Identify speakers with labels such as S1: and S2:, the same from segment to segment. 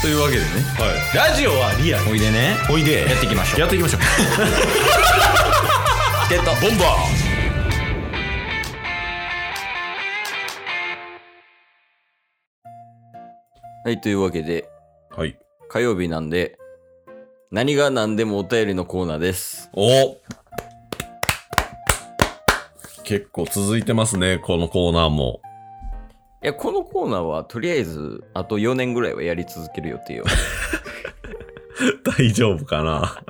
S1: というわけでね
S2: はい、ラジオはリアル
S1: おいでね
S2: おいで
S1: やっていきましょう
S2: やっていきましょう
S1: ゲット
S2: ボンバ
S1: はいというわけで
S2: ーはい
S1: 火曜日なんで何が何でもお便りのコーナーです
S2: お結構続いてますねこのコーナーも
S1: いやこのコーナーはとりあえずあと4年ぐらいはやり続ける予定よ
S2: 大丈夫かな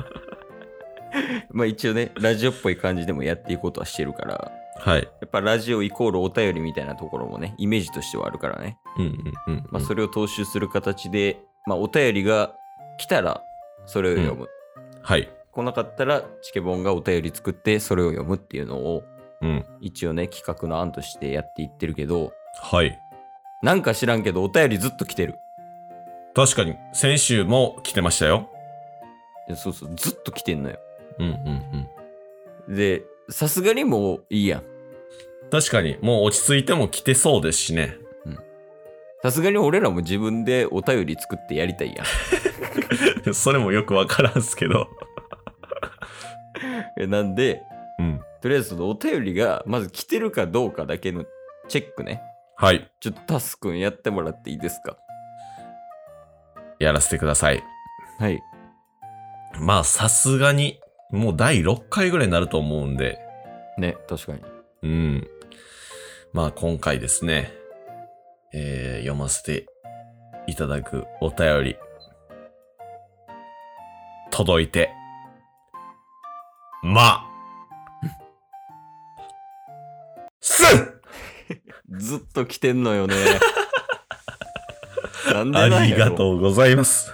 S1: まあ一応ねラジオっぽい感じでもやっていこうとはしてるから
S2: はい
S1: やっぱラジオイコールお便りみたいなところもねイメージとしてはあるからね、
S2: うんうんうん、うん
S1: まあ、それを踏襲する形で、まあ、お便りが来たらそれを読む、
S2: はい
S1: 来なかったらチケボンがお便り作ってそれを読むっていうのを
S2: うん
S1: 一応ね企画の案としてやっていってるけど
S2: はい
S1: なんか知らんけどお便りずっと来てる
S2: 確かに先週も来てましたよ
S1: でそうそうずっと来てんのよ
S2: うんうんうん
S1: でさすがにもういいやん
S2: 確かにもう落ち着いても来てそうですしね
S1: さすがに俺らも自分でお便り作ってやりたいやんい
S2: それもよくわからんすけど
S1: やなんで
S2: うん
S1: とりあえずそのお便りがまず来てるかどうかだけのチェックね
S2: はい
S1: ちょっとタス君やってもらっていいですか
S2: やらせてください
S1: はい
S2: まあさすがにもう第6回ぐらいになると思うんで
S1: ね確かに
S2: うん。まあ今回ですね、えー読ませていただくお便り、届いて、ま、す
S1: ずっと来てんの よねなんで
S2: あ
S1: なん
S2: り
S1: やろ
S2: がとうございます。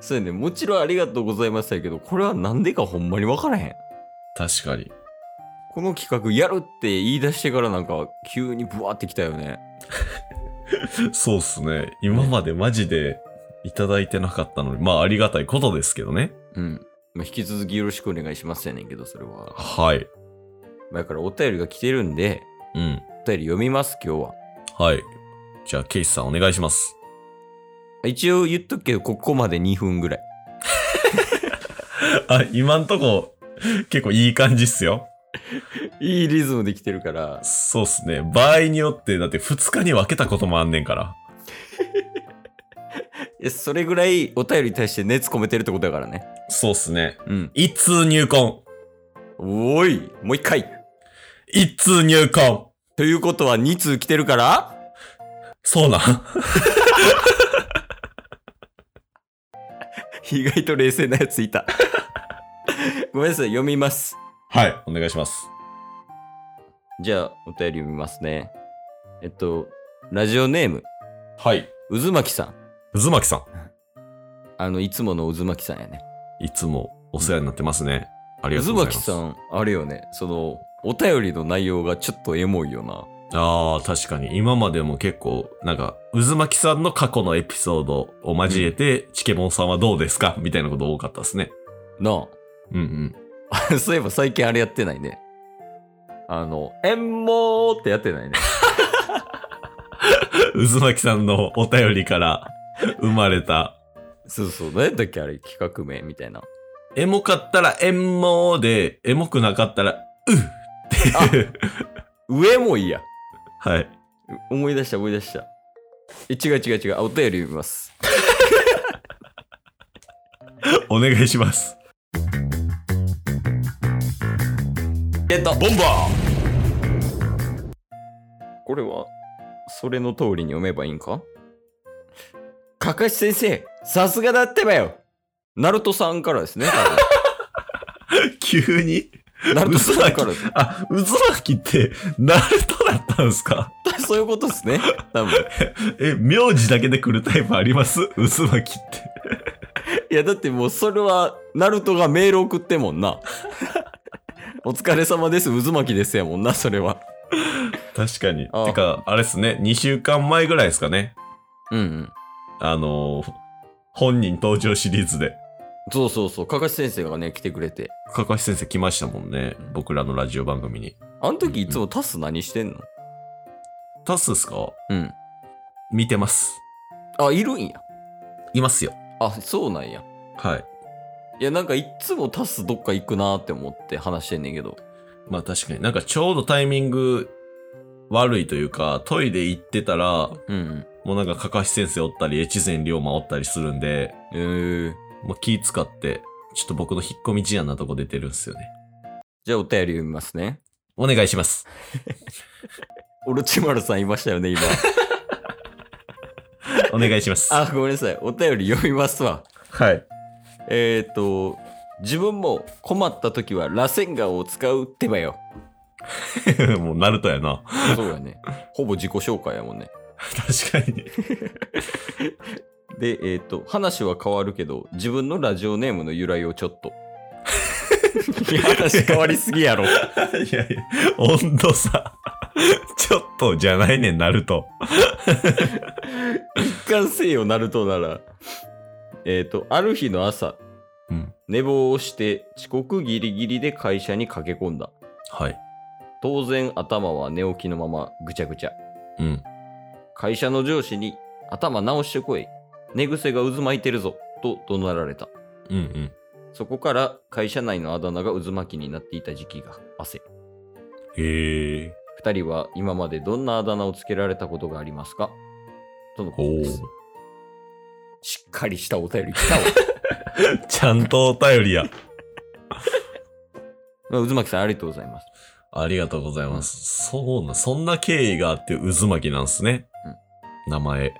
S1: そうやねもちろんありがとうございましたけどこれはなんでかほんまに分からへん
S2: 確かに。
S1: この企画やるって言い出してからなんか急にブワーってきたよね
S2: そうっすね。今までマジでいただいてなかったのに、まあありがたいことですけどね。
S1: うん、まあ、引き続きよろしくお願いしますやねんけどそれは
S2: はい。
S1: まあだからお便りが来てるんで
S2: うん。
S1: お便り読みます今日は
S2: はい。じゃあケイスさんお願いします。
S1: 一応言っとくけどここまで2分ぐらい
S2: あ、今んとこ、結構いい感じっすよ。
S1: いいリズムできてるから
S2: そうっすね。場合によって、だって2日に分けたこともあんねんから。
S1: えそれぐらいお便りに対して熱込めてるってことだからね
S2: そうっすね。
S1: うん
S2: 一通入婚。
S1: おいもう一回
S2: 一通入婚。
S1: ということは2通来てるから
S2: そうなん。
S1: 意外と冷静なやついた ごめんなさい読みます
S2: はい。お願いします。
S1: じゃあお便り読みますねえっとラジオネーム
S2: はい。
S1: 渦巻さん
S2: 渦巻さ
S1: あのいつもの渦巻さんやね
S2: ん。いつもお世話になってますね。ありがと
S1: 渦
S2: うございま
S1: 巻
S2: す。
S1: さ。んあれよねそのお便りの内容がちょっとエモいよな
S2: ああ、確かに。今までも結構、なんか、渦巻さんの過去のエピソードを交えて、チケモンさんはどうですかみたいなこと多かったですね。
S1: な
S2: うん
S1: あ そういえば最近あれやってないねあの「縁も」ってやっ てないね
S2: うん。渦巻さんのお便りから生まれた
S1: そうそう、何やったっけあれ、企画名みたい な。
S2: エモかったらエンモーで、エモくなかったら、うっっていう。
S1: 上もいいや。
S2: はい。
S1: 思い出した、思い出した。え違う違う違う。あお便り読みます。
S2: お願いし ます。
S1: えっと、
S2: ボンバ
S1: これは、それの通りに読めばいいんかかかし先生、さすがだってばよ。ナルトさんからですね。多
S2: ー急に
S1: 分ナルトさんからです。
S2: あ、渦巻きって、ナルトだったんですか
S1: そういうことですね。多分。
S2: え、名字だけで来るタイプあります渦巻きって。
S1: いや、だってもうそれは、ナルトがメール送ってもんな。お疲れ様です。渦巻きですやもんな、それは。
S2: 確かに。
S1: あ
S2: てか、あれですね、2週間前ぐらいですかね。
S1: うんうん。
S2: あのー本人登場シリーズで。
S1: そうそうそう。かかし先生がね、来てくれて。
S2: かかし先生来ましたもんね。僕らのラジオ番組に。
S1: あの時いつもタス何してんの
S2: タスですか
S1: うん。
S2: 見てます。
S1: あ、いるんや。
S2: いますよ。
S1: あ、そうなんや。
S2: はい。
S1: いや、なんかいっつもタスどっか行くなーって思って話してんねんけど。
S2: まあ確かになんかちょうどタイミング悪いというか、トイレ行ってたら、
S1: うんうん。
S2: もうなんかかかし先生おったり、越前龍馬おったりするんで、
S1: えー、
S2: もう気使って、ちょっと僕の引っ込み思案なとこ出てるんですよね。
S1: じゃあお便り読みますね。
S2: お願いします。
S1: オロチマルさんいましたよね、今。
S2: お願いします。
S1: あ、ごめんなさい。お便り読みますわ。
S2: はい。
S1: えっ、ー、と、自分も困った時は螺旋岩を使うってばよ。
S2: もうナルトやな。
S1: そうやね。 ほぼ自己紹介やもんね。
S2: 確かに。
S1: で、えっ、と、話は変わるけど、自分のラジオネームの由来をちょっと。 いや話変わりすぎやろ。
S2: いやいや、温度差。 ちょっとじゃないねん、ナルト。
S1: 一貫せよ、ナルトなら。えっ、と、ある日の朝、
S2: うん。
S1: 寝坊をして遅刻ギリギリで会社に駆け込んだ。
S2: はい。
S1: 当然頭は寝起きのままぐちゃぐちゃ。
S2: うん。
S1: 会社の上司に頭直してこい。寝癖が渦巻いてるぞ。と怒鳴られた。
S2: うんうん。
S1: そこから会社内のあだ名が渦巻きになっていた時期が汗。
S2: へえ。
S1: 二人は今までどんなあだ名をつけられたことがありますかとのこと
S2: お
S1: です。しっかりしたお便り来たわ。
S2: ちゃんとお便りや。
S1: ま あ渦巻さんありがとうございます。
S2: ありがとうございます。そうな、そんな経緯があって渦巻きなんすね。名前。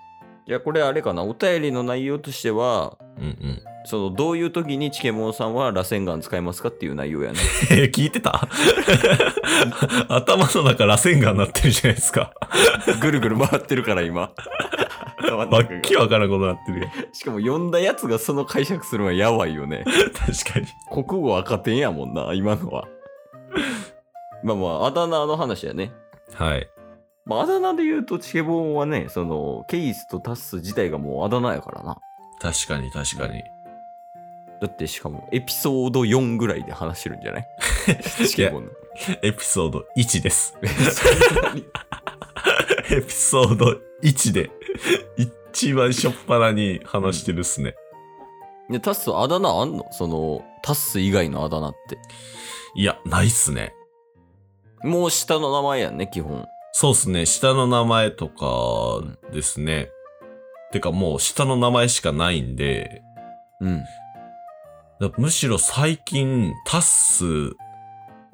S1: じゃあこれあれかな、お便りの内容としては、
S2: うんうん。
S1: そのどういう時にチケモンさんは螺旋岩使いますかっていう内容やね。
S2: え、聞いてた 頭の中螺旋がなってるじゃないですか。
S1: ぐるぐる回ってるから今。頭の
S2: わ
S1: 中
S2: っ
S1: が
S2: きわからんことなってるやん。
S1: しかも呼んだやつがその解釈するのはやばいよね。
S2: 確かに。
S1: 国語赤点やもんな、今のは。まあまあ、あだ名の話やね。
S2: はい。
S1: まあ、あだ名で言うと、チケボンはね、その、ケイスとタッス自体がもうあだ名やからな。
S2: 確かに確かに。
S1: だってしかも、エピソード4ぐらいで話してるんじゃないチケボンの。
S2: エピソード1です。
S1: そんなに
S2: エピソード1で、一番初っ端に話してるっすね。
S1: ねタッスあだ名あんのその、タッス以外のあだ名って。
S2: いや、ないっすね。
S1: もう下の名前やんね、基本。
S2: そうっすね。下の名前とかですね。てかもう下の名前しかないんで、
S1: うん。
S2: だむしろ最近タッス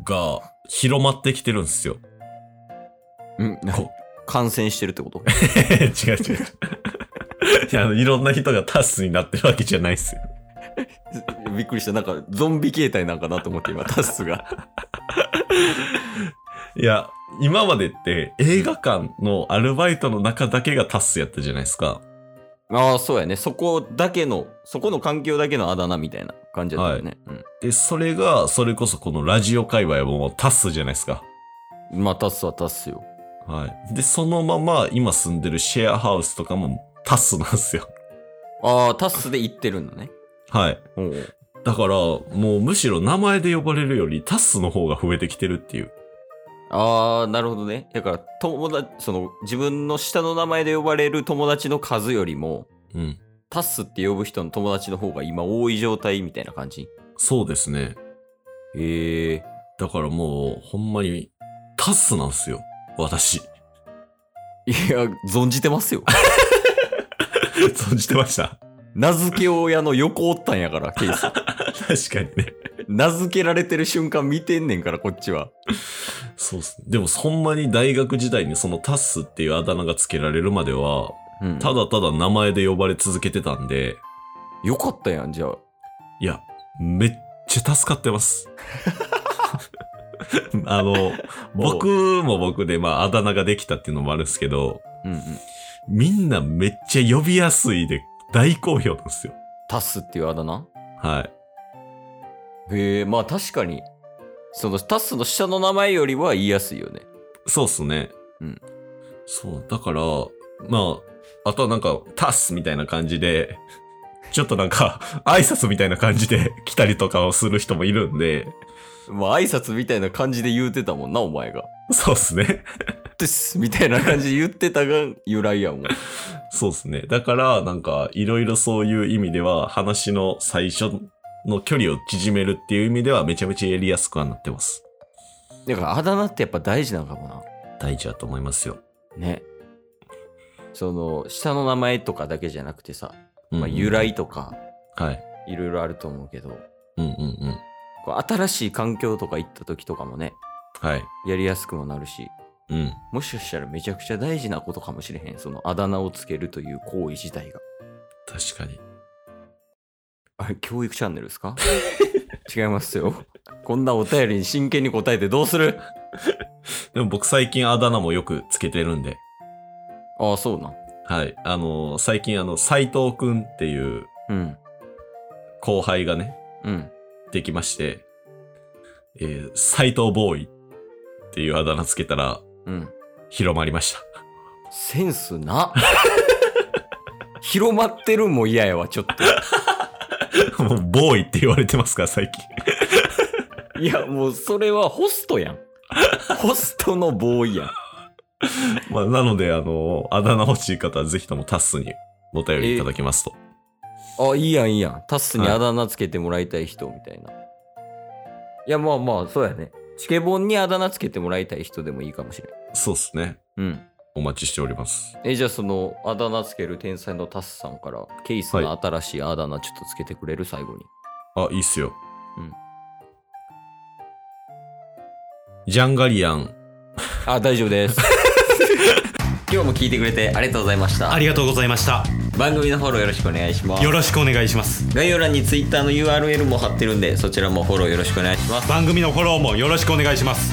S2: が広まってきてるんですよ。
S1: うん、
S2: こ
S1: 感染してるってこと
S2: 違う違う違う。いや、あのいろんな人がタッスになってるわけじゃないっすよ。
S1: びっくりした。なんか、ゾンビ形態なんかなと思って今、タッス が。
S2: いや、今までって映画館のアルバイトの中だけがタッスやったじゃないですか。
S1: ああ、そうやね。そこだけの、そこの環境だけのあだ名みたいな感じだったよね。
S2: で、それが、それこそこのラジオ界隈はもうタスじゃないですか。
S1: うん。まあ、タスはタスよ。
S2: はい。で、そのまま今住んでるシェアハウスとかもタスなんですよ。
S1: ああ、タスで行ってるんだね。
S2: はい。
S1: おう
S2: だから、もうむしろ名前で呼ばれるよりタスの方が増えてきてるっていう。
S1: ああ、なるほどね。だから、友達、その、自分の下の名前で呼ばれる友達の数よりも、
S2: うん。
S1: タスって呼ぶ人の友達の方が今多い状態みたいな感じ。
S2: そうですね。
S1: へえ。
S2: だからもう、ほんまに、タスなんですよ。私。
S1: いや、存じてます よ。
S2: 存じてました。
S1: 名付け親の横おったんやから、ケイ ス。
S2: 確かにね。
S1: 名付けられてる瞬間見てんねんから、こっちは。
S2: そうっすね。でも、ほんまに大学時代にそのタスっていうあだ名が付けられるまでは、
S1: うん
S2: ただただ名前で呼ばれ続けてたんで、
S1: よかったやん、じゃあ。
S2: いや、めっちゃ助かってます。 あの、僕も僕で、まあ、あだ名ができたっていうのもあるんですけど、
S1: うんうん。
S2: みんなめっちゃ呼びやすいで大好評なんですよ。
S1: タスっていうあだ名
S2: はい。
S1: へえ、まあ確かに、そのタスの下の名前よりは言いやすいよね。
S2: そうっすね。
S1: うん。
S2: そう、だから、まあ、あとはなんか、タスみたいな感じで、ちょっとなんか、挨拶みたいな感じで来たりとかをする人もいるんで、
S1: まあ挨拶みたいな感じで言うてたもんな、お前が。
S2: そうっすね。
S1: ですみたいな感じで言ってたが由来やもん。
S2: そうですね。だから、なんか、いろいろそういう意味では、話の最初の距離を縮めるっていう意味では、めちゃめちゃやりやすくはなってます。
S1: だからあだ名ってやっぱ大事なのかもな。
S2: 大事だと思いますよ。
S1: ね。その、下の名前とかだけじゃなくてさ、
S2: うん
S1: まあ、由。来とか、
S2: はい。
S1: いろいろあると思うけど、
S2: うんうんうん。
S1: こう新しい環境とか行った時とかもね、
S2: はい。
S1: やりやすくもなるし、
S2: うん。
S1: もしかしたらめちゃくちゃ大事なことかもしれへん、そのあだ名をつけるという行為自体が。
S2: 確かに。
S1: あれ、教育チャンネルですか 違いますよ。こんなお便りに真剣に答えてどうする
S2: でも僕最近あだ名もよくつけてるんで。
S1: ああ、そうなん。
S2: はい。あのー最近あの、斎藤くんっていう
S1: うん。
S2: 後輩がね、
S1: うん。
S2: できまして、えー、斎藤ボーイっていうあだ名つけたら
S1: うん。
S2: 広まりました。
S1: センスな。 広まってるも嫌やわ、ちょっ
S2: もう、ボーイって言われてますから、最近。
S1: と。いや、もうそれはホスト やん。ホストのボーイやん。
S2: まあ、なので、あの、あだ名欲しい方はぜひともタッスにお便りいただけますと。
S1: あ、いいやん、いいやん。タッスにあだ名つけてもらいたい人みたいな。い、や、まあまあ、そうやね。チケボンにあだ名つけてもらいたい人でもいいかもしれん。
S2: そうですね。
S1: うん。
S2: お待ちしております。
S1: え、じゃあその、あだ名つける天才のタスさんから、ケイスの新しいあだ名ちょっとつけてくれる、最後に。
S2: あ、いいっすよ。
S1: うん。
S2: ジャンガリアン。
S1: あ、大丈夫です。 今日も聞いてくれてありがとうございました
S3: あ。りがとうございました。
S1: 番組のフォローよろしくお願いします
S3: よ。ろしくお願いします。
S1: 概要欄に Twitter の URL も貼ってるんで、そちらもフォローよろしくお願いします。
S3: 番組のフォローもよろしくお願いします。